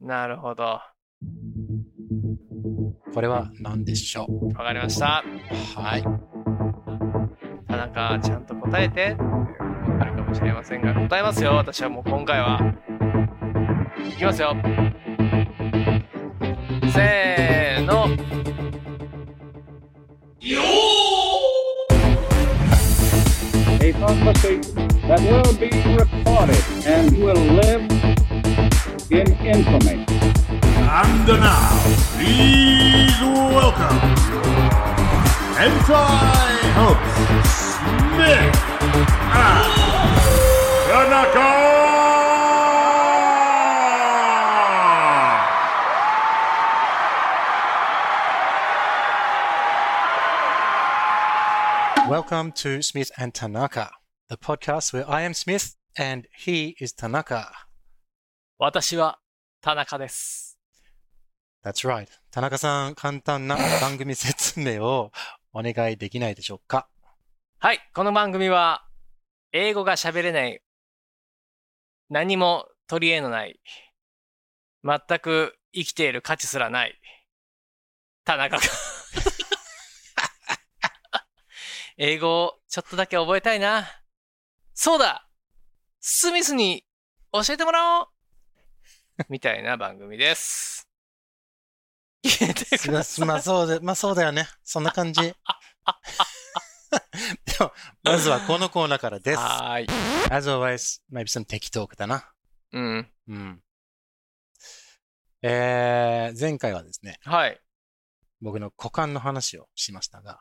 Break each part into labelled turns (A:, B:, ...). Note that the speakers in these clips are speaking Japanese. A: なるほど。わ
B: これは何でしょう
A: かりました。
B: はい。
A: 田中、ちゃんと答えてって思ってるかもしれませんが、答えますよ。私はもう今回は。いきますよ。せーの。
C: a prophecy that will be recorded and will live in infamy.
D: And now, please welcome Hentai Host Smith and Tanaka!
B: Welcome to Smith and Tanaka, the podcast where I am Smith and he is Tanaka.
A: 私は田中です。
B: That's right. 田中さん、簡単 な番組説明をお願いできないでしょう か
A: はい、この番組は、英語が喋れない、何も取り柄のない、全く生きている価値すらない、田中が。英語をちょっとだけ覚えたいな。そうだスミスに教えてもらおうみたいな番組です。聞いてください。
B: まあそうで、まあそうだよね。そんな 感じ。でも、まずはこのコーナーからです。
A: はーい。
B: As always, maybe some techie talk だな。
A: うん。
B: うん。えー、前回はですね、
A: はい。
B: 僕の股間の話をしましたが、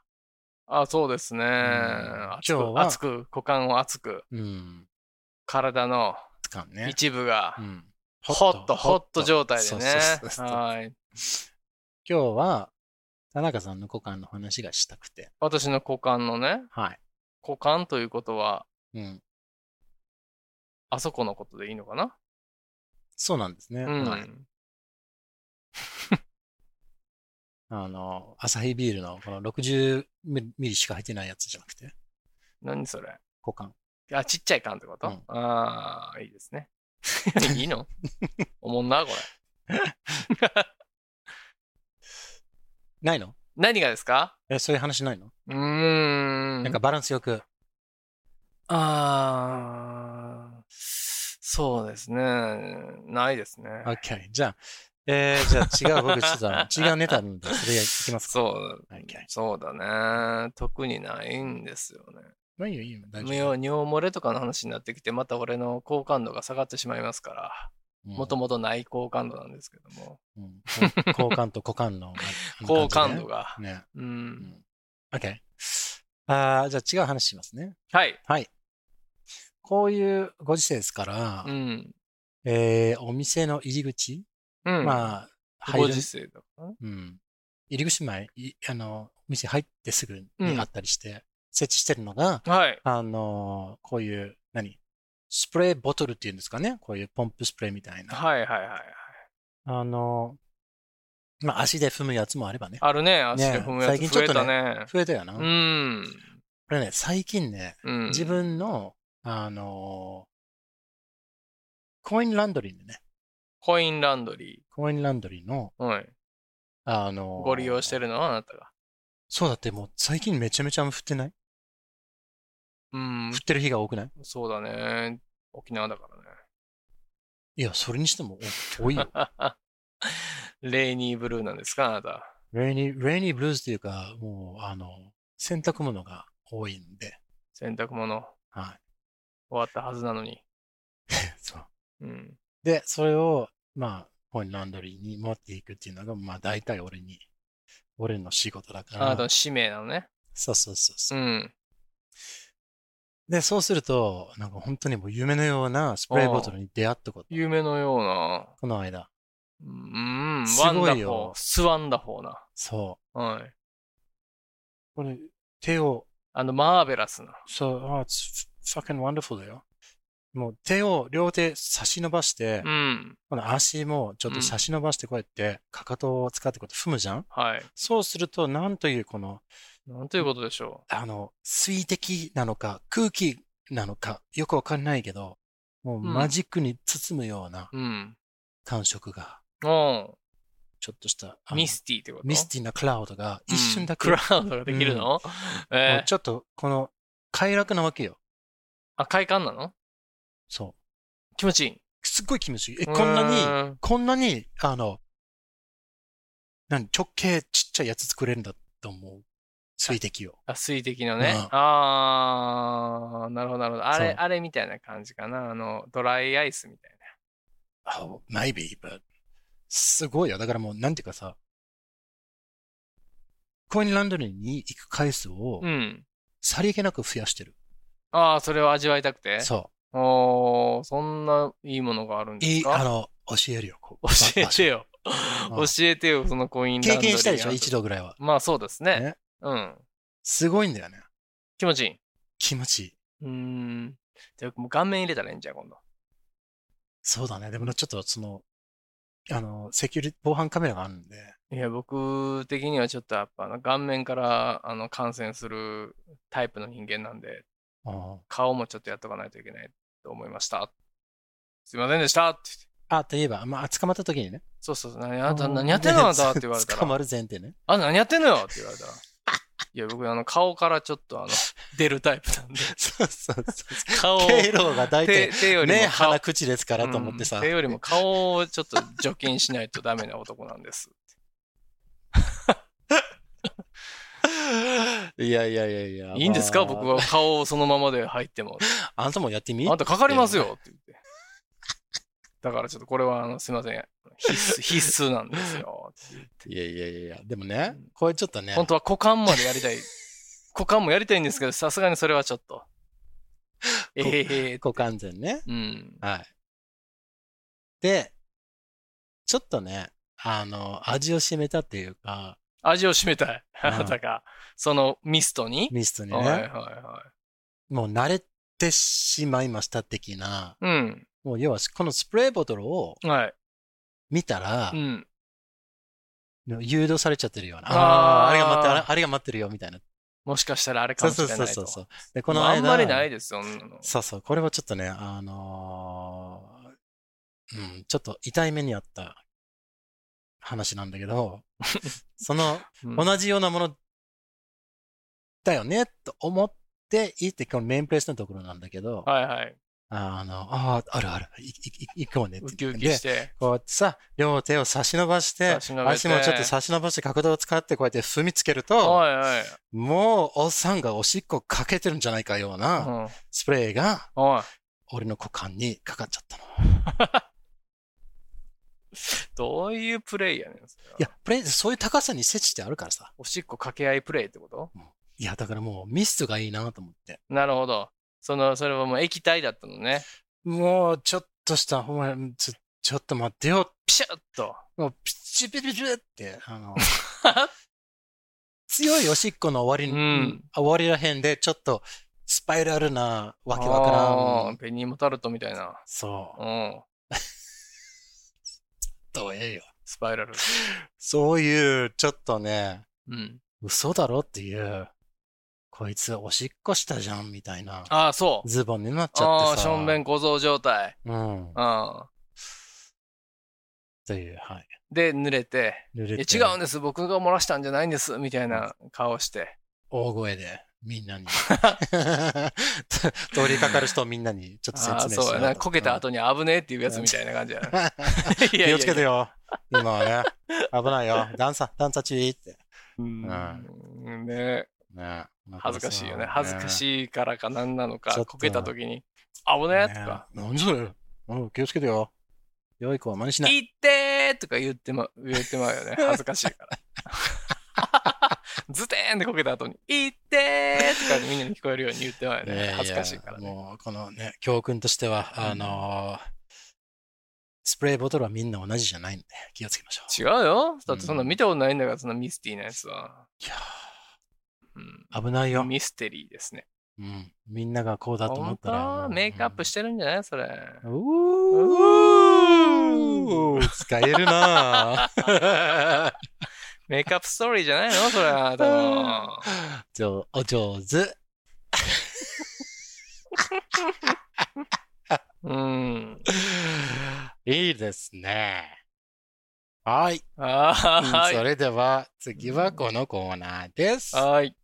A: あ、そうですね。
B: ん
A: 熱
B: 今日
A: く、
B: は
A: 熱く、股間を熱く、
B: うん、
A: 体の
B: つかんね。
A: 一部が
B: う、ん。
A: ホット、ホット状態で
B: そう
A: ね
B: そうそう。そう
A: はい。
B: 今日は、田中さんの股間の話がしたくて、
A: 私の股間のね、
B: は
A: 股間ということは、
B: い。うん。
A: あそこのことでいいのかな
B: そうなんですね。
A: う
B: はい。
A: ん。
B: あの、アサヒビールのこの60ミリしか入ってないやつじゃなくて、
A: 何それ
B: 股間。
A: あ、ちっちゃい缶ってこと
B: うん
A: ああ、いいですね。 いいのおもんな、これ。
B: ないの
A: 何がですか
B: え、そういう話ないの、
A: うーん。
B: なんかバランスよく。
A: ああ、そうですね。ないですね。
B: OK。じゃあ、えー、じゃあ違う、僕ちょっと あの違うネタあるんで、それいきますか。
A: そう、
B: OK。
A: そうだね。特にないんですよ
B: まあいいよ、いいよ、大
A: ね。
B: 丈
A: もう
B: 夫。
A: 尿漏れとかの話になってきて、また俺の好感度が下がってしまいますから、もと
B: も
A: もとない好感度なんですけども、
B: と。うん好感と 股間の。あの
A: 好感度。が
B: 感、じねね。
A: う
B: うん
A: ん。
B: OK。あーじゃあ違う話しますね。
A: はい。
B: こういうご時世ですから、
A: うん。
B: えーお店の入り口、
A: うん。あ、
B: まあ、入
A: ご
B: る
A: 時、世だからね
B: うん、入り口前、いあの、お店入ってすぐにあったりして、設置してるのが、
A: はい。
B: あの、こういう、何スプレーボトルっていうんですかねこういうポンプスプレーみたいな。
A: はいはいはいはい。
B: あの、まあ、足で踏むやつもあればね。
A: あるね、足で踏むや
B: 最近
A: つ
B: ち
A: 増
B: ょっ
A: え
B: と
A: たね。
B: 増えたよな。
A: う
B: こ
A: ん。
B: れね、最近ね、
A: うん。
B: 自分の、あの、コインランドリーでね、
A: コインランドリ
B: コインランドリーの、
A: ー。はい。
B: あの、
A: ご利用してるのはあなたが。
B: そうだってもう最近めちゃめちゃ雨降ってない
A: うん
B: 降っ。てる日が多くない
A: そうだね。沖縄だからね。
B: いや、それにしても 多いよ。
A: レイニーブルーなんですか、あなた。
B: レイニー、レイニーブルーズっていうか、もう、あの、洗濯物が多いんで、
A: 洗濯物
B: は
A: 終わったはずなのに。
B: い。そう。
A: うん。
B: で、それを、まあ、コインランドリーに持っていくっていうのが、まあ、大体俺に、俺の仕事だか
A: あ
B: ら。
A: なたの使命なのね。
B: そうそうそうそうう、
A: ん。
B: で、そうすると、なんか本当にもう夢のようなスプレーボトルに出会ったこと、
A: 夢のような。
B: この間。
A: うん。
B: す
A: ワン
B: ご
A: ダフ
B: い
A: ォー
B: よ。
A: スワンダフォーな。
B: そ
A: はい。
B: う。これ、手を
A: あの、マーベラスな。
B: そう、あ、it's f- fucking wonderful だよ。もう手を両手差し伸ばして、
A: うん。
B: この足もちょっと差し伸ばしてこうやって、かかとを使ってこうやって踏むじゃん
A: はい。
B: そうすると、なんというこの、
A: なんということでしょ
B: あの、水滴なのか、空気なのか、よくわかんないけど、もううんマジックに包むような
A: う。うん。
B: 感触が
A: うん。
B: ちょっとした、あの
A: ミスティってこと
B: ミスティなクラウドが一瞬だけ、
A: うんクラウドができるの、
B: も
A: え
B: う
A: ー
B: ちょっとこの快楽なわけよ。
A: あ、快感なの
B: そ
A: 気持ちいい。
B: う。すっごい気持ちいい。え、こんなに、
A: に。
B: こんなに、あの、何、直径ちっちゃいやつ作れるんだと思う。水滴を。
A: あ水滴のね。
B: うん
A: ああ、なるほど、なるほど。あれ
B: そ、う
A: あれみたいな感じかな。あの、ドライアイスみたい
B: Oh, maybe, but すごいよ。だからもう、なんていうかさ、コインランドリーに行く回数を
A: な。うん。
B: さりげなく増やしてる。
A: ああ、それを味わいたくて。
B: そ
A: おーそんないいものがあるん
B: う。
A: で
B: い
A: す
B: い、あ
A: か
B: の、教えるよ。こう
A: 教えてよ。
B: う
A: 教
B: ん
A: えてよ、そのコインラン
B: 経
A: ドリー
B: 験
A: は
B: したでしょ一。度ぐらいは。
A: まあそうですね。
B: ね
A: うん。
B: すごいんだよね。
A: 気持ちいい。
B: 気持ちいい。
A: うーん。じゃあ、もう顔面入れたらいいんじゃん、今度。
B: そうだね。でもなちょっとその、あの、セキュリ、防犯カメラがあるんで、
A: いや、僕的にはちょっとやっぱあの顔面からあの感染するタイプの人間なんで、
B: あ
A: 顔もちょっとやっとかないといけないと思いました。すいませんでしたって言って。
B: あ、といえば、まあ、捕まった時にね。
A: そうそうそう、何あなた何やってんのあなたって言われた
B: 捕ま
A: ら。
B: る前 提ね。
A: あ、何やってんのよって言われたら。いや、僕、あの、顔からちょっと、あの、出るタイプなん で。
B: そうそうそ
A: 顔を
B: う。経路が大
A: 手
B: 体、
A: 手よりも
B: ね、
A: 顔
B: 鼻口ですからと思って
A: う
B: さ
A: ん手。よりも顔をちょっと除菌しないとダメな男なんです。
B: いやいやいやいや。
A: いいんですか
B: まあ
A: 僕。は顔をそのままで入っても。
B: あんたもやってみ
A: あんたかかりますよって言って。だからちょっとこれはあのすいません。必須、必須なんですよ。
B: いやいやいやいや。でもね、これちょっとね、
A: 本当は股間までやりた い。股間もやりたいんですけど、さすがにそれはちょっと。ええええ
B: 股関全ね。
A: うん。
B: はい。で、ちょっとね、あの、味を占めたっていうか、
A: 味を占めたい。
B: うん
A: あなたが、そのミストに。
B: ミストに
A: はいはい
B: ね、
A: は
B: もう慣れてしまいました的な、
A: い。うん。
B: もう要はこのスプレーボトルを
A: はい。
B: 見たら
A: う、ん。
B: 誘導されちゃってるような、
A: あー
B: ああー、あれが待ってあれ、あれが待ってるよみたいな。
A: もしかしたらあれか
B: そう
A: もしれ
B: そう
A: ないと。
B: そうそうそう。で、この
A: まあ
B: 間、
A: あんまりないですよ、そんなの。
B: そうそう、これはちょっとね、あのーうん、ちょっと痛い目にあった話なんだけど、その、
A: うん
B: 同じようなものだよね、と思って行って、このメインプレイスのところなんだけど、
A: はいはい。
B: あの、ああ、あるある、いいい行こうねって
A: ウキ
B: 言っ
A: ウ
B: て
A: キして。
B: こうやってさ、両手を差し伸ばして
A: 差し伸、べて
B: 足もちょっと差し伸ばして角度を使ってこうやって踏みつけると、
A: はいはい。
B: もうおっさんがおしっこかけてるんじゃないかよう
A: う。
B: なんスプレーが
A: おい。
B: 俺の股間にかかっちゃったの。
A: どういうプレイやねん。い
B: いや、プレイそういう高さに設置ってあるからさ。
A: おしっこ掛け合いプレイってこと
B: いや、だからもうミストがいいなと思って。
A: なるほど。その、それはもう液体だったのね。
B: もうちょっとした、ほんまにちょ、ちょっと待ってよ。
A: ピシャッと。
B: もうピチピチピチって、あ の、強いおしっこの終わり、
A: うん
B: 終わりらへんで、ちょっとスパイラルなわけわから
A: あー
B: ん。
A: ペニーモタルトみたいな。
B: そう
A: う。ん。
B: どうええよ。
A: スパイラル。
B: そういう、ちょっとね、
A: うん。
B: 嘘だろっていう、こいつおしっこしたじゃんみたいな
A: ああ、そう。
B: ズボンになっちゃっ
A: ああ
B: て
A: ー、
B: さ。
A: しょんべん小僧状態。
B: うん。
A: うん。
B: という、はい。
A: で、濡れて。
B: 濡れ
A: いや
B: て
A: 違うんです。僕が漏らしたんじゃないんです。みたいな顔して。
B: 大声で、みんな に。通りかかる人みんなにちょっと説明
A: ああ、
B: しよ
A: そうやな。こけた。 後に危ねえっていうやつみたいな感じやな。気
B: 気をつけてよ。今はね。危ないよ。段差、段差注意って。Hmm.
A: うんね、
B: ね、
A: 恥ずかしいよね。恥ずか
B: い。
A: しいからか何なの
B: ちょ
A: か、
B: っと
A: こけた時に、あぶねえとか、
B: ねなんそれうん気をつけてよ。良い子は真似しない。
A: 行ってーとか言ってま、言ってまう よね。恥ずかしいから。 ズテーンでこけた後に、行ってーとかみんなに聞こえるように言ってまうよ
B: いやい
A: ね。
B: や
A: 恥ずかしいからね。
B: もう、このね、教訓としては、あのー、スプレーボトルはみんな同じじゃないんで、気をつけましょう。
A: 違うよ。だってそんな見たことないんだから、そんなミスティーなやつは。
B: いや
A: うん
B: ー危ないよ。
A: ミステリーですね。
B: うん。みんながこうだと思
A: 本
B: ったら。も
A: 当
B: う
A: メイクアップしてるんじゃないそれ。
B: おー使えるな ぁ
A: メイクアップストーリーじゃないのそれは。でも
B: じょお 上手。
A: うん。
B: いいですね。はい。
A: は
B: そ
A: ーい。
B: れでは、次はこのコーナーです。
A: はーい。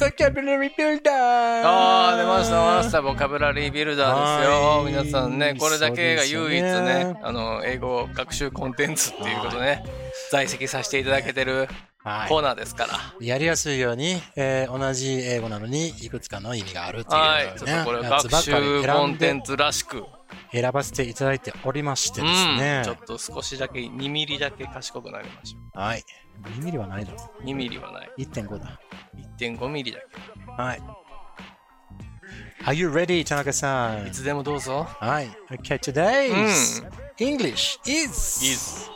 B: ボキャブラリービルダー
A: ああ、出ました、出ました。ボカブラリービルダーですよ。
B: はい
A: 皆さんね、これだけが唯一
B: そうです
A: ね、
B: ね
A: あの、英語学習コンテンツっていうことね、在籍させていただけてるコー
B: は
A: ナーですから。
B: い。やりやすいように、えー同じ英語なのに、いくつかの意味があるっていう、ね。
A: はい。ちょっとこれ
B: やつ
A: 学
B: ばっかり選ん
A: 習
B: で
A: コンテンツらしく、
B: 選ばせていただいておりまして
A: う
B: ですね
A: ん。。ちょっと少しだけ、2ミリだけ賢くなりましょ
B: はい。2ミリはないだろ。
A: う。2ミリはない。
B: 1.5だ。
A: 1.5ミリだけ。
B: はい。Are you ready, 田中さん
A: いつでもどうぞ。
B: はい。Okay, today's、
A: うん
B: English is...
A: いいっす。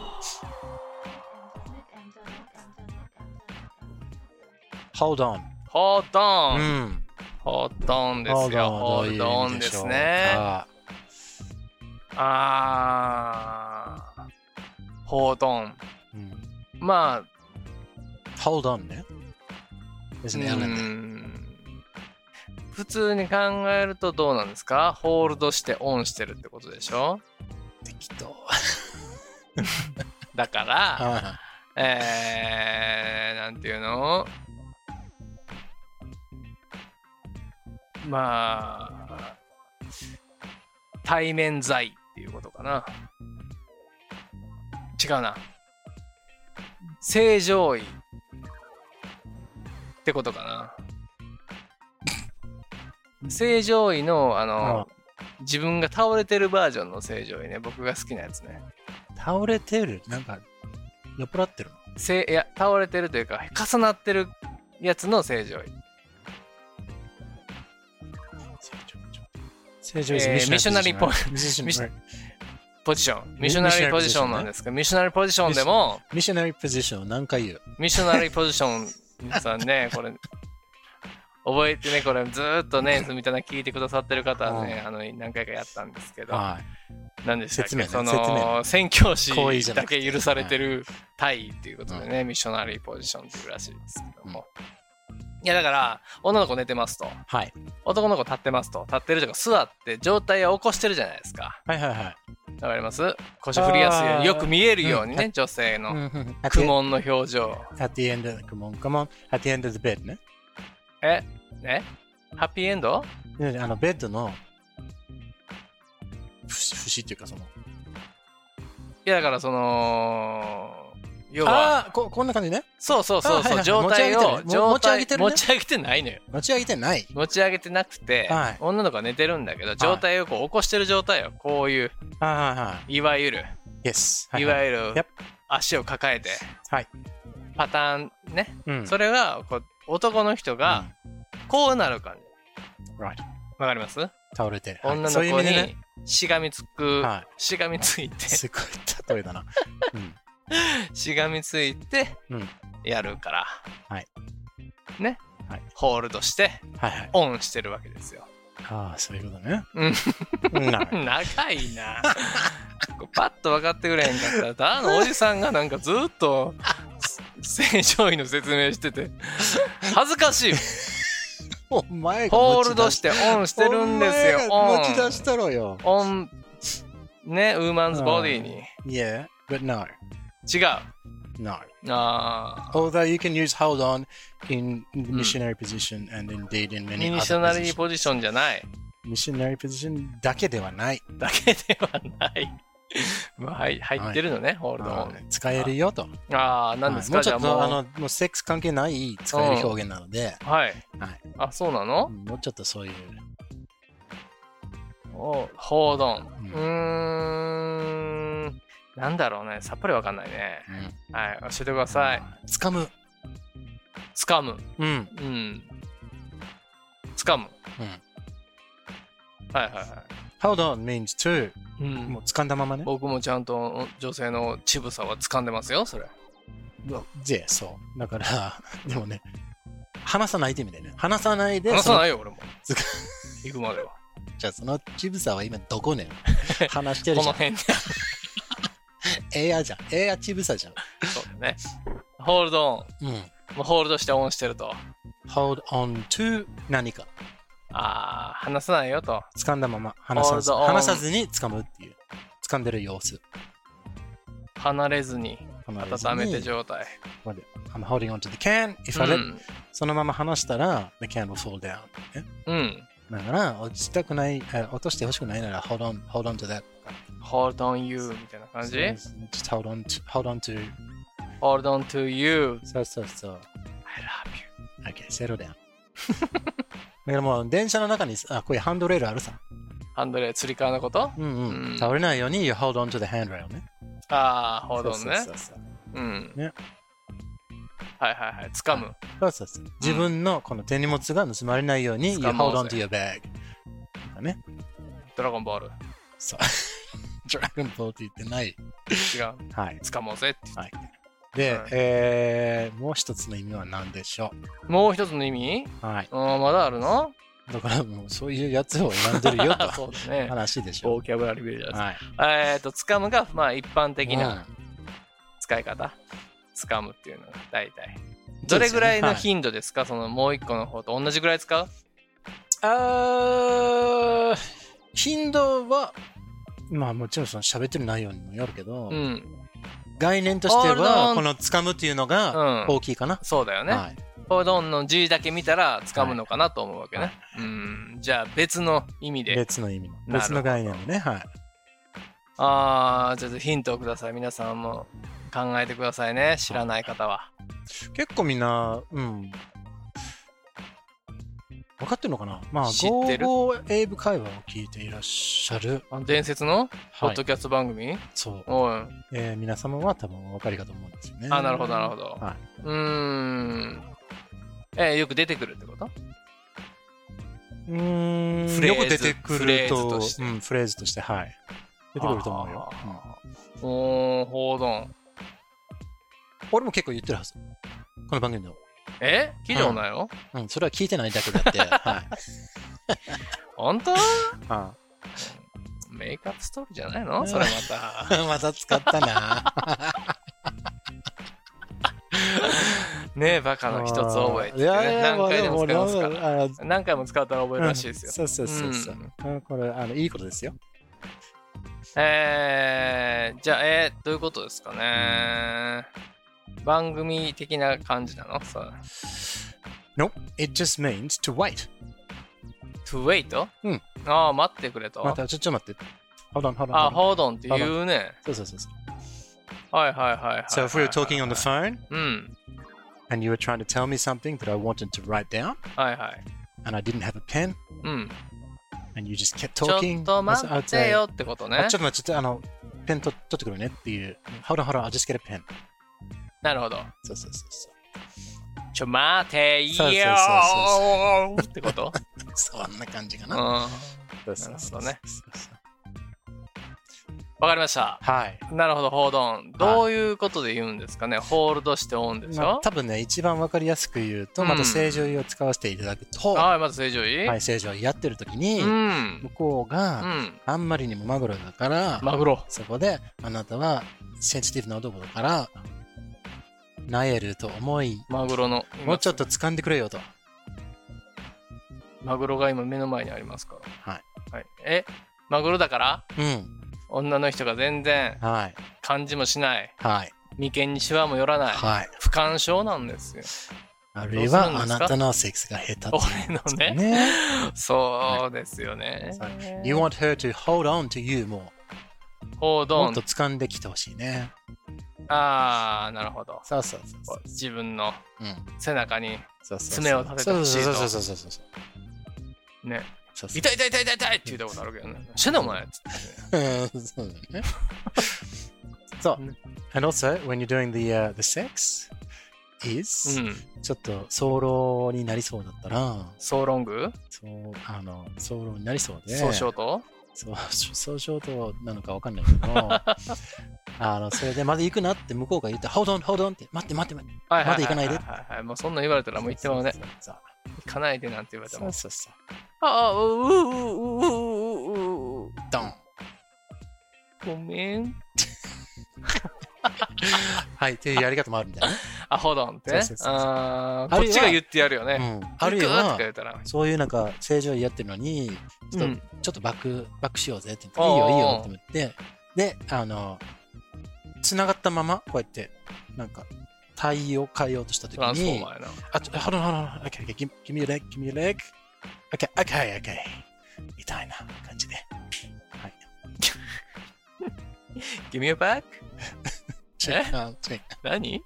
B: Hold on.
A: ホート
B: う
A: ン。
B: ん。
A: ホートンですよ。ホー
B: どう
A: ト
B: いう意
A: ン
B: 味
A: で
B: しょ
A: す
B: うか
A: ね。あー、ほうどん。
B: うん
A: ま
B: Hold on ね。で
A: あ、
B: すね、
A: う
B: Ellen で
A: ん普通に考えるとどうなんですかホールドしてオンしてるってことでしょ
B: 適当。
A: だから、
B: あ
A: えー、なんていうのまあ、対面罪っていうことかな。違うな。正常位ってことかな。正常位の、あの、自分が倒れてるバージョンの正常位ね。僕が好きなやつね。
B: 倒れてる。なんか、酔っ払ってるの。
A: せいや倒れてるというか重なってるやつの正常位、
B: 正常
A: えーミッショナリーポイン
B: ミッショナ
A: ミッシ
B: リ
A: ョ
B: ー
A: ポジション
B: ミ
A: ミッショナリーポジションなんですけどミッショナリーポジションでも
B: ミッショナリーポジション何回言う
A: ミッショナリーポジション皆さんねこれ覚えてねこれずーっとねみたいな聞いてくださってる方はね、あの何回かやったんですけど
B: は
A: 何でしたっけ、
B: 説明ね
A: そ
B: 説
A: の
B: 明
A: 宣教
B: 行為じ
A: 師
B: ゃな
A: だ
B: くて
A: け許されてる体位っていうことでね、ミッショナリーポジションっていうらしいですけども、いやだから女の子寝てますと
B: い。はい。
A: 男の子立ってますと立ってるというか座って上体を起こしてるじゃないですか
B: はいはいはい。
A: わかります腰振りやすいよう
B: あ
A: に
B: ー
A: よく見えるようにね、女性
B: う
A: の
B: んうん At
A: 苦
B: the-
A: 悶の表情
B: At the end of, come on, come on. At the end of the bed ね。
A: ええハッピーエンド
B: ねあの、ベッドの、節節っていうかその、
A: いやだからその要は
B: ああー、ここんな感じね。
A: そうそうそうそう、
B: あー
A: 上
B: はいはい
A: 体を
B: 持ち上げてるね
A: 上体
B: も持ち上げて
A: 持ち上げて
B: るね
A: ないのよ
B: 持ち上げてない。
A: 持ち上げてなくて、
B: はい
A: 女の子は寝てるんだけど上体をこう起こしてる状態よこういう
B: はいはいはい
A: わゆる、
B: い。Yes。はいい
A: わ
B: はい
A: ゆる
B: Yep
A: 足を抱えて、
B: はい
A: パターンね、
B: うん
A: それがこう男の人が、こうなる感じ。
B: うん right
A: わかります、
B: 倒れてる。
A: 女の
B: そういう意
A: 子
B: 味でね
A: にしがみつく、
B: は
A: しがみついて
B: い。、すごい例えだな。うん。
A: しがみついて
B: うん、
A: やるから。
B: はい。
A: ね、
B: はい
A: ホールドして、
B: はいはい。
A: オンしてるわけですよ。
B: ああ、そういうことね。
A: うん
B: うん。なる
A: 長い な。こうパッと分かってくれへんかったら、ただのおじさんがなんかずっ と、正常位の説明してて、恥ずかしい。
B: お前 が
A: ホー
B: 持ち
A: ル
B: 出
A: ドしてオンしてるんですよ。
B: お
A: オン
B: 前が。持ち出したろよ。
A: オン、ね、ウーマンズボディに。
B: Yeah, but no,
A: 違う。
B: no.
A: ああ。
B: Although you can use hold on in the missionary position and indeed in
A: ミ
B: many
A: ニショ
B: other
A: ナリー
B: positions.
A: ポジションじゃない。
B: missionary position だけではない。
A: だけではない。 まあ、はい入ってるのね、ホールドオ
B: はい使えるよと。
A: ン。ああ、なんです
B: は
A: か
B: いもうち
A: じゃ
B: ょ
A: あ
B: っとあ
A: も
B: の、もうセックス関係ない使える表現なので、
A: う。はい
B: はい。
A: あ、そうなの
B: もうちょっとそういう。
A: おホールド
B: うん
A: ン。うーん。なんだろうね。さっぱりわかんないね。
B: うん
A: はい。教えてください。。
B: 掴む。
A: 掴む。
B: うん。
A: うん。掴む。はいはいは
B: Hold on means to
A: い。うん
B: もう。掴んだままね。
A: 僕もちゃんと女性の乳房は掴んでますよ、それ。
B: で、そう。だから、 でもね、話さないって意味でね。話さないで、
A: 離さ
B: い。
A: ないよ、俺も。
B: つか
A: 行くまでは。
B: じゃあそのちぶさは今どこ ね話して
A: こ
B: るじゃ
A: の
B: ん。
A: 辺で。
B: ええやじゃん。ええやちぶさじゃん。
A: そうだね。ホールド
B: うん。
A: オン。もうホールドしてオンしてると。
B: hold on to 何か。
A: ああ、離さないよと。
B: 掴んだまま話さず
A: hold on
B: 話さずに掴むっていう。掴んでる様子。
A: 離れずに。
B: この映像
A: 温
B: に
A: めて状態。
B: I'm holding onto the can. If
A: う
B: I let、
A: ん。
B: そのまま離したら、the can will fall down. ね
A: うん。
B: だから、落ちたくない、え落としてほしくないなら、hold on, hold on to that.
A: hold on you みたいな感じ
B: Just hold on to, hold on to.
A: ?hold on to you.
B: そうそうそう。
A: I love you.
B: Okay, settle down. だからもう、電車の中に、あ、こういうハンドレールあるさ。
A: ハンドレー、つり革のこと
B: うんうん。
A: うん
B: 倒れないように、you hold on to the handrail ね。
A: ああ、hold
B: そ
A: on
B: う
A: ね
B: そ。うそう
A: うん。
B: ね
A: はいはいはい。掴む。
B: そうそうそう。自分のこの手荷物が盗まれないように、you
A: 掴も
B: hold
A: う
B: on
A: ぜ
B: to your bag. とかね。
A: ドラゴンボール。
B: そう。ドラゴンボールって言ってない。
A: 違う。
B: はい。
A: 掴もうぜって。
B: はい。で、
A: はい
B: えー、もう一つの意味は何でしょ
A: もう一つの意味
B: うはい。
A: あーまだあるの
B: だからもうそういうやつを選んでるよ と
A: そうだね。
B: 話でしょ
A: ボ。キャブラリービルダーズ。
B: はい。
A: えっと、掴むが、まあ一般的な。
B: うん
A: 使い方掴むっていうのが大体どれぐらいの
B: 日
A: 頻度ですかそのもう一個の方と同じぐらい使う
B: あー頻度は、まあもちろんその喋ってる内容にもよるけど、
A: うん
B: 概念としては、
A: Hold on
B: この掴むっていうのが
A: うん
B: 大きいかな。
A: そうだよね、
B: はい。
A: ホードンの字だけ見たら掴むのかなと思うわけね、
B: はい
A: うんじゃあ別の意味で
B: 別の意味の。
A: なるほど
B: 別の概念でね。はい。
A: ああちょっとヒントをください皆さんも考えてくださいね知らない方は
B: 結構みんな、うん。分かってるのかなまあ、
A: 知ってる
B: ゴーゴー英語会話を聞いていらっしゃる。
A: あの伝説のポ
B: は
A: ッ
B: い
A: ド。キャスト番組、
B: そう。
A: おい
B: えー皆様は多分お分かりかと思うんですよね。
A: あなるほどなるほど、
B: はいう
A: ーんえーよく出てくるってこと
B: うーん
A: フレーズ
B: よく出てく
A: フレー
B: る
A: ズ
B: と
A: として
B: うん、フレーズとして、はい。出てくると思うよ。うん
A: おーホードン
B: 俺も結構言ってるはず。この番組の。
A: え聞いたことないの、
B: うん、それは聞いてないだけだ って。はい。
A: 本当
B: あ
A: メイクアップストーリーじゃないのそれまた。
B: あまた使ったな。
A: ねえ、バカの一つ覚えって、ね。何回でも使いますか
B: も
A: ら。
B: あの
A: 何回も使ったら覚えるらしいですよ。
B: そうそうそうそう。あこれあの、いいことですよ。
A: えー、じゃあ、えー、どういうことですかね。番組的な感じなのそう
B: No, it just means to wait.
A: ?to wait?
B: うん。
A: ああ、待ってくれと。
B: また、ちょ、ちょっと待って。Hold on, hold on.
A: あ、
B: hold on.
A: hold on って言うね。
B: そうそうそうそう。
A: はいはいはいはい。
B: So if we were talking on the phone
A: うん。
B: and you were trying to tell me something that I wanted to write down
A: はいはい。
B: and I didn't have a pen
A: うん。
B: and you just kept
A: ちょ
B: talking,
A: っと待
B: I'd
A: っ
B: say-
A: てよってことね
B: あちょっ。と待って、ちょっとあの、ペンと取ってくるねっていう。Hold on, hold on, I'll just get a pen.
A: なるほど。
B: そうそうそうそう。
A: ちょ待てよ
B: そうそうそ
A: ーってこと
B: そんな感じか
A: うん。
B: な。
A: わ
B: そうそうそう
A: なるほどね
B: そうそうそう
A: かりました。
B: はい。
A: なるほど、ホールドン。どういうことで言うんですかね、ホールドしてオンでし
B: まあ
A: ょ、
B: 多分ね、一番わかりやすく言うと、ま
A: う
B: た
A: ん
B: 正常位を使わせていただくと、は
A: はい、まず正常位、
B: い、正常位やってる時に
A: う、ん
B: 向。こう
A: う
B: が
A: ん。
B: あんまりにもマグロだから、
A: マグロ。
B: そこであなたはセンシティブな男だから、なえると思い、
A: マグロの。
B: もうちょ
A: っ
B: っと掴んでくれよと。
A: と。マグロが今目の前にありますから。
B: はい。
A: はい、え、マグロだから
B: うん。
A: 女の人が全然
B: はい。
A: 感じもしない。
B: はい。
A: 眉間にシワも寄らない。
B: はい。
A: 不干渉なんですよ。
B: あるい
A: どうするん
B: は
A: で
B: あ
A: すか
B: なたのセックスが下手っていう
A: 俺のね。
B: ね
A: そうですよね。
B: は You want her to hold on to you も
A: ホール
B: う、
A: ド
B: も
A: ン
B: っと。掴んできてほしいね。
A: ああ、なるほど。
B: そうそうそうそう。
A: 自分の
B: うん。
A: 背中に
B: そうそうそう
A: 爪を立ててほしいと
B: そうそうそうそうそう
A: ね、
B: そうそう。
A: 痛い痛い痛い痛い痛いって言ったことあるけどね。死ねお前っつってね
B: うんそう だね。そう。And also, when you're doing the,、uh, the sex is、
A: うん。
B: ちょっと、早漏になりそうだったら、
A: ソーロング、
B: そう、あの、早漏になりそうで、
A: 総称と
B: そう、そうショートなのかわかんないけ ど、あの、それでまだ行くなって向こうが言って、hold on, hold on って、待って待って待って。
A: はい
B: まだ行かないで
A: はいはいはいはい。もうそんなん言われたらもう行ってまうね
B: そ。そう
A: 行かないでなんて言われて
B: そ
A: も
B: う。そうそう。
A: ああ、うううううううう。
B: ドン
A: ごめん。
B: はい、っていうやり方もあるんだよね。
A: あ、ほどんってね
B: そうそう。そう
A: あー
B: あ
A: こっ
B: るいは
A: ちが言ってやるよね。
B: うん、あるい
A: 行くとか
B: は、
A: 言ったら。
B: そういうなんか、正常位やってるのに、ちょっと、
A: うん
B: ちょっとバック、バックしようぜって言って、
A: おうおう
B: いいよいいよって思って、で、あの、繋がったまま、こうやって、なんか、体位を変えようとしたとき
A: トランスフォー
B: に
A: マ、ーやな。
B: あ、ちょ、ほらほら、okay, okay, give, give me your leg, give me your leg. Okay, okay, okay. みたいな感じで。
A: Give me your back? え
B: あ違う
A: 何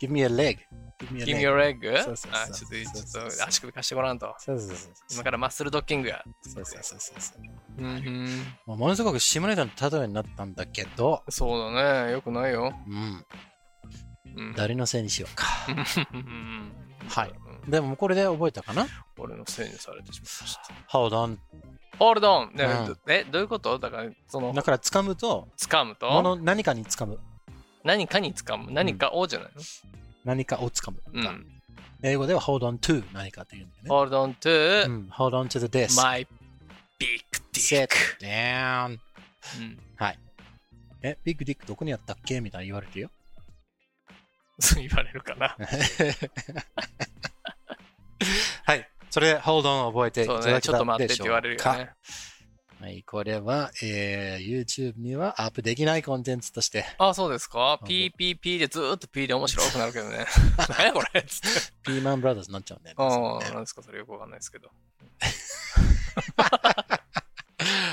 B: give me a leg. Give me a
A: ?Give me
B: leg.
A: your leg?
B: そうそうそう
A: あ、ちょっと、ち
B: そ
A: ょ
B: う
A: っ
B: そう
A: と足首貸してごらんと。
B: そうそうそうそ
A: 今
B: う。
A: からマッスルドッキングや。
B: そうそうそうそう
A: うんうん。
B: もうものすごく下ネタの例えになったんだけど、
A: そうだね。よくないよ。
B: うん、
A: うん。
B: 誰のせいにしようか。
A: うん
B: はい
A: うん
B: でもこれで覚えたかな
A: 俺のせいにされてしまいました。
B: ?Hold on.
A: ホールドン
B: うん
A: え、どういうことだから、その
B: だ、から掴むと、
A: 掴む
B: も
A: と、
B: の何かに掴む。
A: 何かに掴む。何かをじゃない
B: 何かを掴む。
A: のうん。
B: 英語では hold on to 何かっていうんだよね。
A: Hold on
B: う
A: to
B: ん、hold on to the desk.
A: my big
B: Sit
A: dick.
B: down.
A: うん
B: え、ビッグディックどこにあったっけみたいな言われてるよ。
A: そう言われるかな。
B: はい。それで hold on を覚えていた
A: そう
B: だけたで
A: ね。
B: しょうか。
A: ちょっと待ってって言われるよね。
B: はい、これは、えー YouTube にはアップできないコンテンツとして、
A: あ、そうですか
B: うん
A: ?PPP でずーっと P で面白くなるけ どね。何やこれつって。
B: ピーマンブラザーズになっちゃうんだよ
A: あ
B: ね。
A: あ、なんですかそれよくわかんないですけど。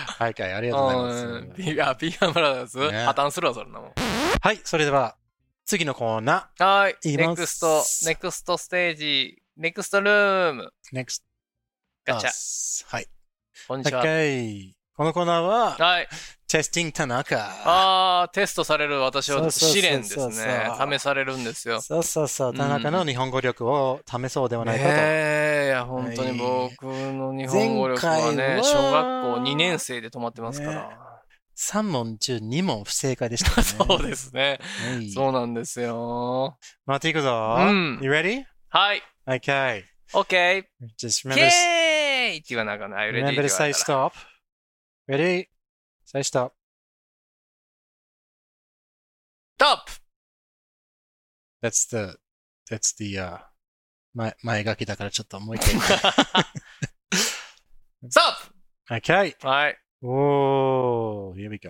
B: はい、はい、ありがとうござい
A: うん。
B: ます。
A: P あ、P アンブラザーズ
B: ね
A: 破綻するわ、それなもん。
B: はい、それでは、次のコーナ
A: はーい。
B: い
A: ネ
B: ま
A: クスト、
B: す
A: ネクストステージ、ネクストルーム。
B: ー、NEXT
A: ガチャ。
B: Us はい。
A: こんにちは。
B: Okay このコーナーは、
A: はい。
B: テスティング田中。
A: あー、テストされる私
B: そ
A: は
B: うそうそうそ
A: 試
B: う
A: 練ですね。試されるんですよ。
B: そうそうそうう、
A: ん
B: 田中の日本語力を試そうではないかと。
A: ねえ、いや、本当に僕の日本語力は
B: 前回
A: ね、
B: は
A: 小学校2年生で止まってますから。
B: 3問中2問不正解でした、ね。
A: そうですね。
B: はい
A: そうなんですよ。
B: 待っていくぞ。
A: うん
B: You ready?
A: はい。
B: Okay.
A: OK!
B: Just
A: イェ
B: remember,
A: ーイって言わなあかんな。Are you ready? って言
B: remember to
A: わ
B: say
A: れたら
B: stop. Ready? Say stop.
A: Stop!
B: That's the, that's the, uh, 前前書きだからちょっともう一回。
A: Stop!
B: okay.
A: はい。
B: おー、here we go.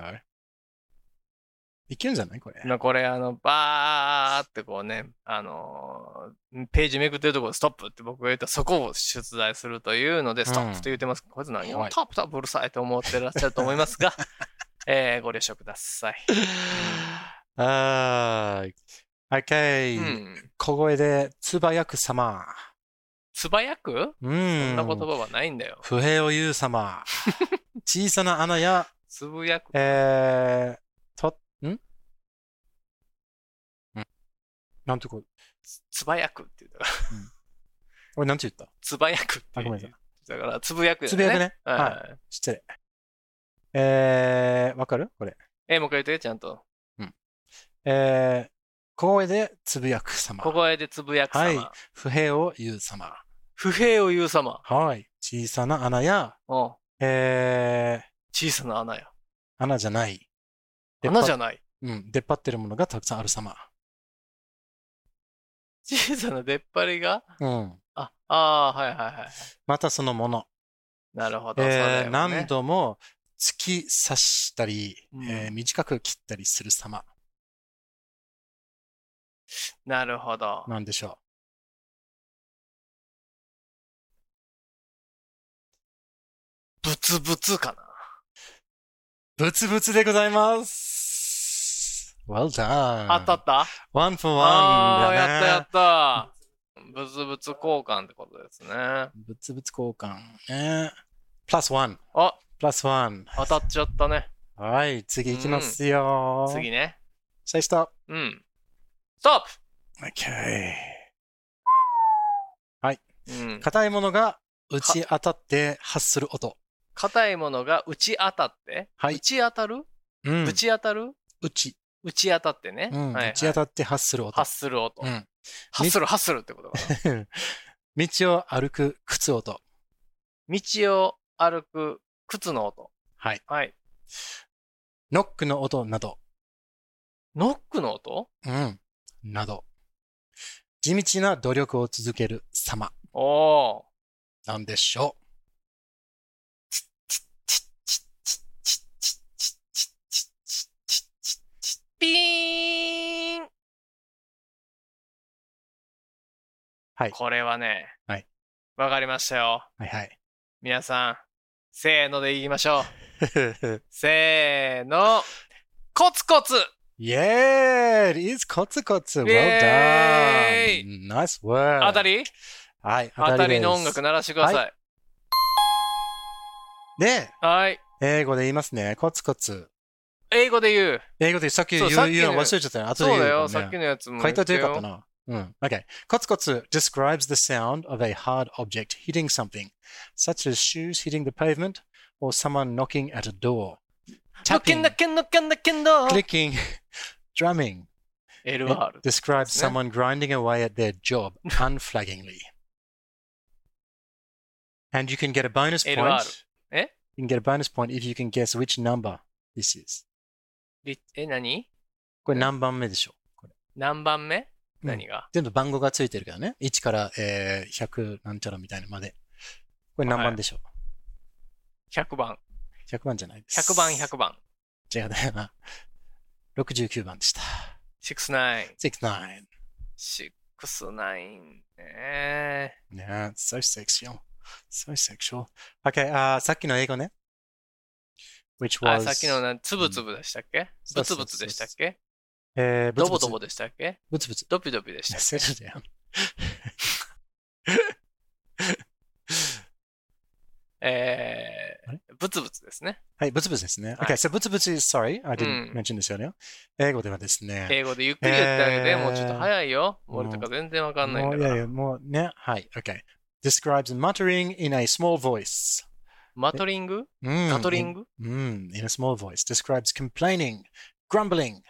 B: いけるんじゃないこれ。
A: のこれ、あの、バーってこうね、あのーページめくってるところでストップって僕が言ったらそこを出題するというので、ストップと言ってますけど、こいつ何
B: は
A: を
B: い
A: タップタップうるさいと思ってらっしゃると思います が、えー、ご了承ください。
B: あー、
A: う
B: okay、
A: ん。
B: 小声で、つばやく様。
A: 素早く
B: う
A: そん
B: ん
A: な言葉はないんだよ。
B: 不平を言う様。小さな穴や、
A: つぶやく。
B: えー、と、んんなんてこう、
A: つばやくって言ったから、
B: 俺なんて言った
A: つばやくって
B: あ、
A: 言
B: ごめ
A: うん
B: なさ
A: だ
B: い。
A: から、つぶやくだよね。
B: つぶやくね。
A: はい。
B: はい。失礼。えー、わかるこれ。
A: えー、もう一回言って、ちゃんと。
B: えー、小声でつぶやく様。
A: 小声でつぶやく様。
B: はい不平を言う様。
A: 不平を言う様。
B: はい。小さな穴や、
A: うん。
B: えー、
A: 小さな穴や。
B: 穴じゃない。
A: 穴じ
B: ゃ、
A: ゃない。
B: うん、出っ張ってるものがたくさんある様。
A: 小さな出っ張りが
B: うん。
A: あ、ああー、はいはいはい。
B: またそのもの。
A: なるほど。そうだよ
B: えー
A: ね、
B: 何度も突き刺したり、
A: うん
B: えー短く切ったりする様
A: なるほど。
B: なんでしょ
A: ブツブツかな。
B: う。ブツブツでございます。Well done.
A: あったあった、
B: one for one
A: ああ、やったや
B: だね
A: っ。た。ブツブツ交換ってことですね。
B: ブツブツ交換。えー、プラスワン。
A: あ
B: プラスワン。
A: 当たっちゃったね。
B: はい、次いきますよ。。
A: 次ね。
B: 最初。OK。
A: うん。ストップうん。
B: 硬いものが打ち当たって発する音。
A: 硬いものが打ち当たって、
B: はい
A: 打ち当たる、
B: うん
A: 打ち当たる
B: 打ち。
A: 打ち当たってね。
B: うん
A: はいはい
B: 打ち当たって発する音。
A: 発する音。
B: うん
A: 発する発するってことかな。
B: 道を歩く靴音。
A: 道を歩く靴の音。
B: はい。
A: はい。
B: ノックの音など。
A: ノックの音
B: うん。など。地道な努力を続ける様
A: おお
B: なんでしょ
A: ー。ピピーン
B: はい
A: これはね、
B: はい
A: わかりましたよ。
B: はいはい。
A: 皆さん、せーので言いましょう。せーの、コツコツ
B: yeah! It is コツコツ !Well
A: イエ
B: done! Nice work!
A: 当たり
B: はい、当
A: 当
B: た
A: た
B: り
A: り
B: です
A: の音楽鳴らしてください。
B: で、
A: はい。
B: 英語で言いますね。コツコツ。
A: 英語で言う。
B: 英語でさっき
A: そ
B: 言
A: う
B: う
A: さっきの
B: 言うの忘れちゃったね。後
A: そ
B: で
A: う
B: 言う
A: だ
B: よ
A: よ。
B: ね
A: さっきのやつも言
B: 書い
A: って
B: と
A: よ。
B: いてよかったな。うん。Okay. コツコツ describes the sound of a hard object hitting something, such as shoes hitting the pavement or someone knocking at a door.
A: のけんだ
B: Tapping,
A: けんのけんだけんだ
B: clicking, drumming.
A: LR
B: It。describes
A: Yeah.
B: someone grinding away at their job unflaggingly. And you can get a bonus point.
A: LR え
B: ？You can get a bonus point if you can guess which number this is.
A: りえ、何
B: これ何番目でしょうこれ
A: 何番目
B: うん
A: 何が
B: 全部番号がついてるからね。1から、えー100なんちゃらみたいなまで。これ何番でしょう、
A: ?100 番。
B: ?100 番じゃないです。
A: 100番、100番。
B: 違うだよな。69番でした。
A: 69。
B: 69。
A: 69ね。
B: Yeah, it's so sexual. So sexual. Okay, uh, あーさっきの英語ね。Which
A: あ、
B: was...
A: さっきのな、つぶつぶでしたっけぶつぶつでしたっけ
B: えー、
A: ドボドボ
B: で。
A: でしたっけ
B: ブツ ブツ。
A: ドピドピでしたっ
B: Settle down.
A: けえー、ぶつぶつですね。
B: はい、ブツブツですね。
A: はい
B: Okay, so ブツブツ is sorry. I didn't
A: うん
B: mention this earlier. 英語ではですね。
A: 英語でゆっくり言ってあげて、
B: えー
A: もうちょっと早いよ。俺とか全然わかんないんだ
B: もう
A: か
B: いやい
A: ら。
B: や、もうね。はい、okay. Describes muttering in a small voice. Hmm,
A: マトリング
B: うん
A: ガトリング
B: Mm, in a small voice, describes complaining, grumbling,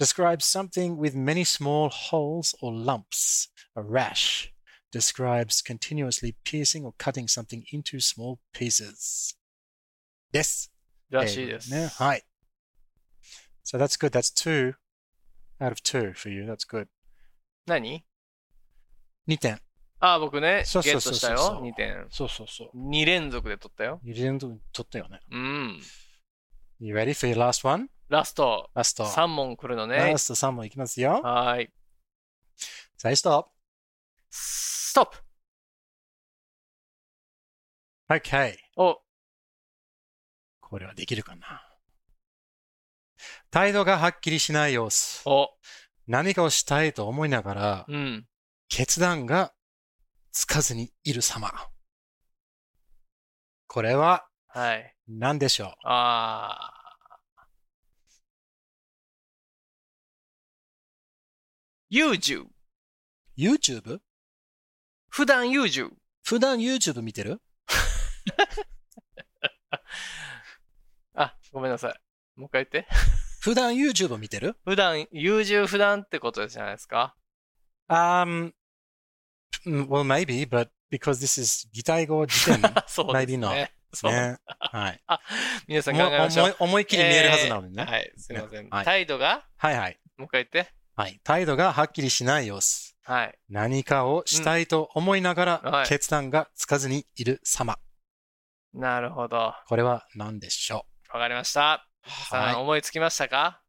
B: describes something with many small holes or lumps, a rash, describes continuously piercing or cutting something into small pieces. Yes.
A: らしいです。
B: ね、はい。So that's good. That's two out of two for you. That's good.
A: 何
B: 2点。
A: ああ、僕ね、
B: そう
A: ゲッ
B: そう
A: ト
B: そう
A: し
B: そ
A: た
B: う
A: よ。2点。
B: そうそうそ
A: 2連続で取ったよ。
B: う。2連続取ったよね。
A: うん。
B: You ready for your last one?
A: ラスト、
B: ラスト。
A: 3問来るのね
B: ラ。スト3問いきますよ。
A: はーい。
B: Say stop.
A: ストップ
B: Okay.
A: お、
B: これはできるかな態度がはっきりしない様子。
A: お、
B: 何かをしたいと思いながら、
A: うん。
B: 決断がつかずにいる様。これは
A: はい。
B: 何でしょ
A: ああ。優柔。
B: う ?YouTube?
A: 普段優柔。
B: 普段 YouTube 見てる
A: あ、ごめんなさい。もう一回言って。
B: 普段 YouTube 見てる
A: 普段、優柔不断ってことじゃないですか
B: ?Um, well, maybe, but because this is 擬態語 辞典。
A: そうで
B: ないですな
A: ね。そう。
B: ね。 はい。
A: あ、皆さん考
B: も
A: えましょう
B: 思い。思いっきり見えるはずなのに
A: えー
B: ね。
A: はい、すいません。
B: はい
A: 態度が
B: はいはい。
A: もう一回言って。
B: はい。態度がはっきりしない様子。
A: はい。
B: 何かをしたいと思いなが
A: うん
B: ら
A: はい
B: 決断がつかずにいる様。
A: なるほど。わ
B: これは何でしょ
A: かりました。
B: う
A: さあ、
B: はい。
A: 思いつきましたか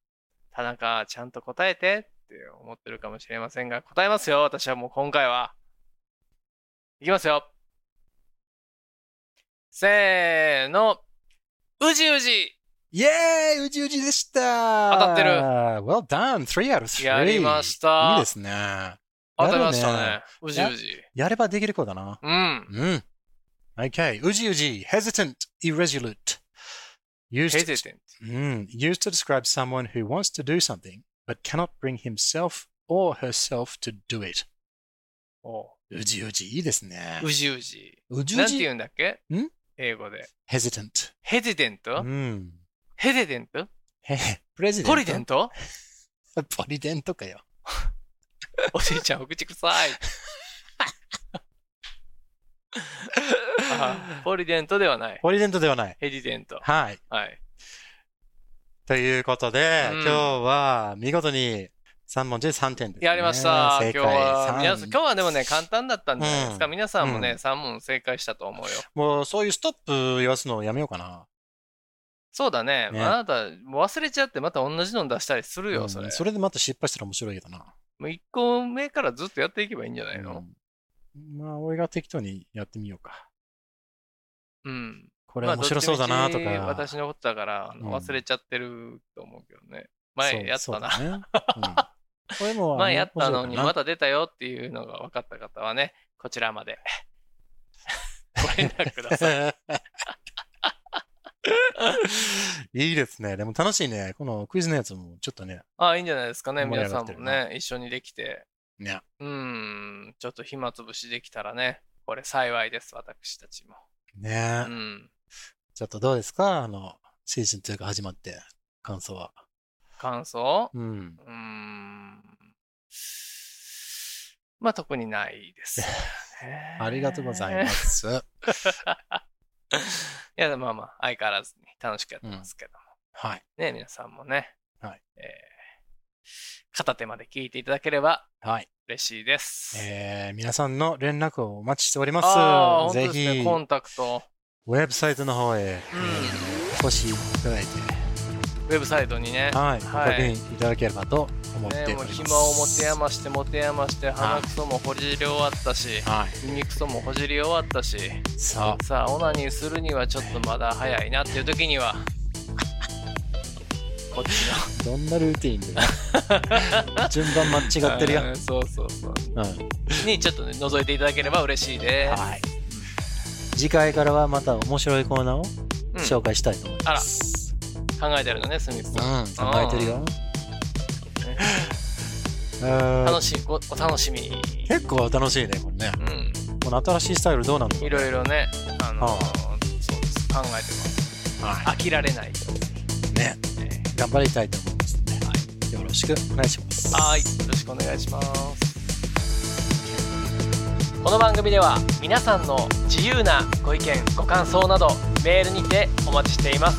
A: 田中、ちゃんと答えてって思ってるかもしれませんが、答えますよ。私はもう今回は。いきますよ。せーの。うじうじ
B: イエーイうじうじでした
A: 当たってる
B: !Well done! 3 out of 3!
A: やりまし
B: い
A: た。
B: いですね。
A: 当たりました
B: やる
A: ね。うじうじ。
B: やればできる子だな。
A: うん。
B: うん。Okay. うじうじ hesitant, irresolute. Used to,
A: hesitant.
B: うん used to describe someone who wants to do something but cannot bring himself or herself to do it. うじうじいいですね。
A: うじうじ。
B: うじ
A: な
B: うん
A: て
B: じ
A: 言うんだっけ
B: ん
A: 英語で。
B: hesitant.
A: ヘディデント
B: うん。
A: ヘディデント
B: へへプレジデント。
A: ポリデント
B: ト。ポリデントかよ。
A: おじいちゃん、お口くさ い。あポリデントではない。
B: ポリデントではない。
A: ヘディデント。
B: はい。
A: はい。
B: ということで、
A: うん
B: 今日は見事に3問中3点です、ね。
A: やりました。
B: 正解
A: 今日は皆さん、
B: 三
A: 今日はでもね、簡単だったんじゃないですか。
B: うん
A: 皆さんもね、
B: うん
A: 3問正解したと思うよ。
B: もうそういうストップ言わすのやめようかな。
A: そうだね。
B: ね
A: あなた、もう忘れちゃってまた同じの出したりするよ、それ。
B: うんそれでまた失敗したら面白いけどな。
A: もう1個目からずっとやっていけばいいんじゃないの
B: うんまあ、俺が適当にやってみようか。
A: うん。
B: これは面白そうだなとか。
A: まあどっちみち私のことだから、あ
B: うん
A: の忘れちゃってると思うけどね。前やったな。
B: そう。そうだねうんこれもあの
A: 前やったの
B: 面白い
A: に
B: かな
A: また出たよっていうのが分かった方はね、こちら までご連絡ください。
B: いいですね。でも楽しいね。このクイズのやつもちょっとね。
A: あいいんじゃないですかね、
B: 盛
A: 皆
B: り上が
A: さ
B: っ
A: ん
B: てる
A: も
B: な
A: ね、一緒にできて。
B: ね。
A: うん、ちょっと暇つぶしできたらね、これ幸いです、私たちも。
B: ね、
A: うん。
B: ちょっとどうですかあの、シーズン2が始まって、感想は。
A: 感想
B: うん。
A: うーん。まあ、特にないです、ね
B: 。ありがとうございま。す。
A: いや、まあまあ、相変わらずに楽しくやってますけども。
B: はい。
A: ね、皆さんもね、
B: はい
A: えー片手まで聞いていただければ
B: はい。
A: 嬉しいです。
B: えー、皆さんの連絡をお待ちしており
A: あ
B: ま
A: あ、本
B: す。ぜ
A: 当です
B: ひ
A: ね、、コンタクト。
B: ウェブサイトの方
A: う
B: へ
A: ん。
B: お越しいただいて、
A: ウェブサイトにね、
B: はい。ご
A: はい
B: 確認いただければと思って
A: ね
B: おり
A: も
B: ま
A: う
B: す。
A: 暇を持て余して持て余して鼻くそもほじり終わったし
B: はい。
A: 耳くそもほじり終わったし
B: さ
A: さあオナニーするにはちょっとまだ早いなっていう時に はこっち
B: あ、どんなル ーティンで順番間
A: の
B: 違ってるよ。
A: うんそうそうそう
B: うん。
A: にちょっとね覗いていただければ嬉しいです、
B: はい。次回からはまた面白いコーナーを
A: うん
B: 紹介したいと思います。
A: 考えてるのねスミス
B: うん、
A: さん、
B: 考えてるよ。うん
A: 楽しいごお楽しみに
B: 結構楽しいね、これね。
A: う
B: この新しいスタイルどうなんだろ
A: ん
B: う
A: いろいろねあの
B: ああ
A: そうです考えてます
B: は
A: 飽きられないよ
B: い。ね。
A: うにね
B: 頑張りたいと思いますので、よろしくお願いします。
A: はい、よろしくお願いします。この番組では皆さんの自由なご意見、ご感想などメールにてお待ちしています。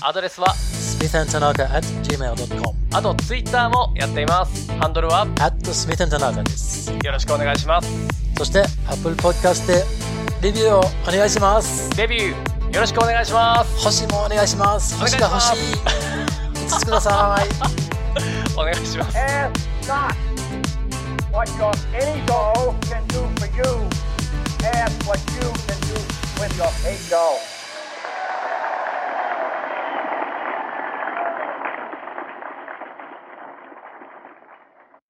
A: アドレスは、
B: smithandtanaka at gmail.com
A: あとツイッターもやっています。ハンドルは
B: at smithandtanaka です。
A: よろしくお願いします。
B: そして、Apple Podcast でレビューをお願いします。
A: デビューよろしくお願いします。
B: 星もお願いします。
A: お願い
B: 星
A: しま
B: が
A: す
B: 欲しい。5つくだ さい。
A: お願いします。
E: Ask not what your ego can do for you. Ask what you can do with your ego.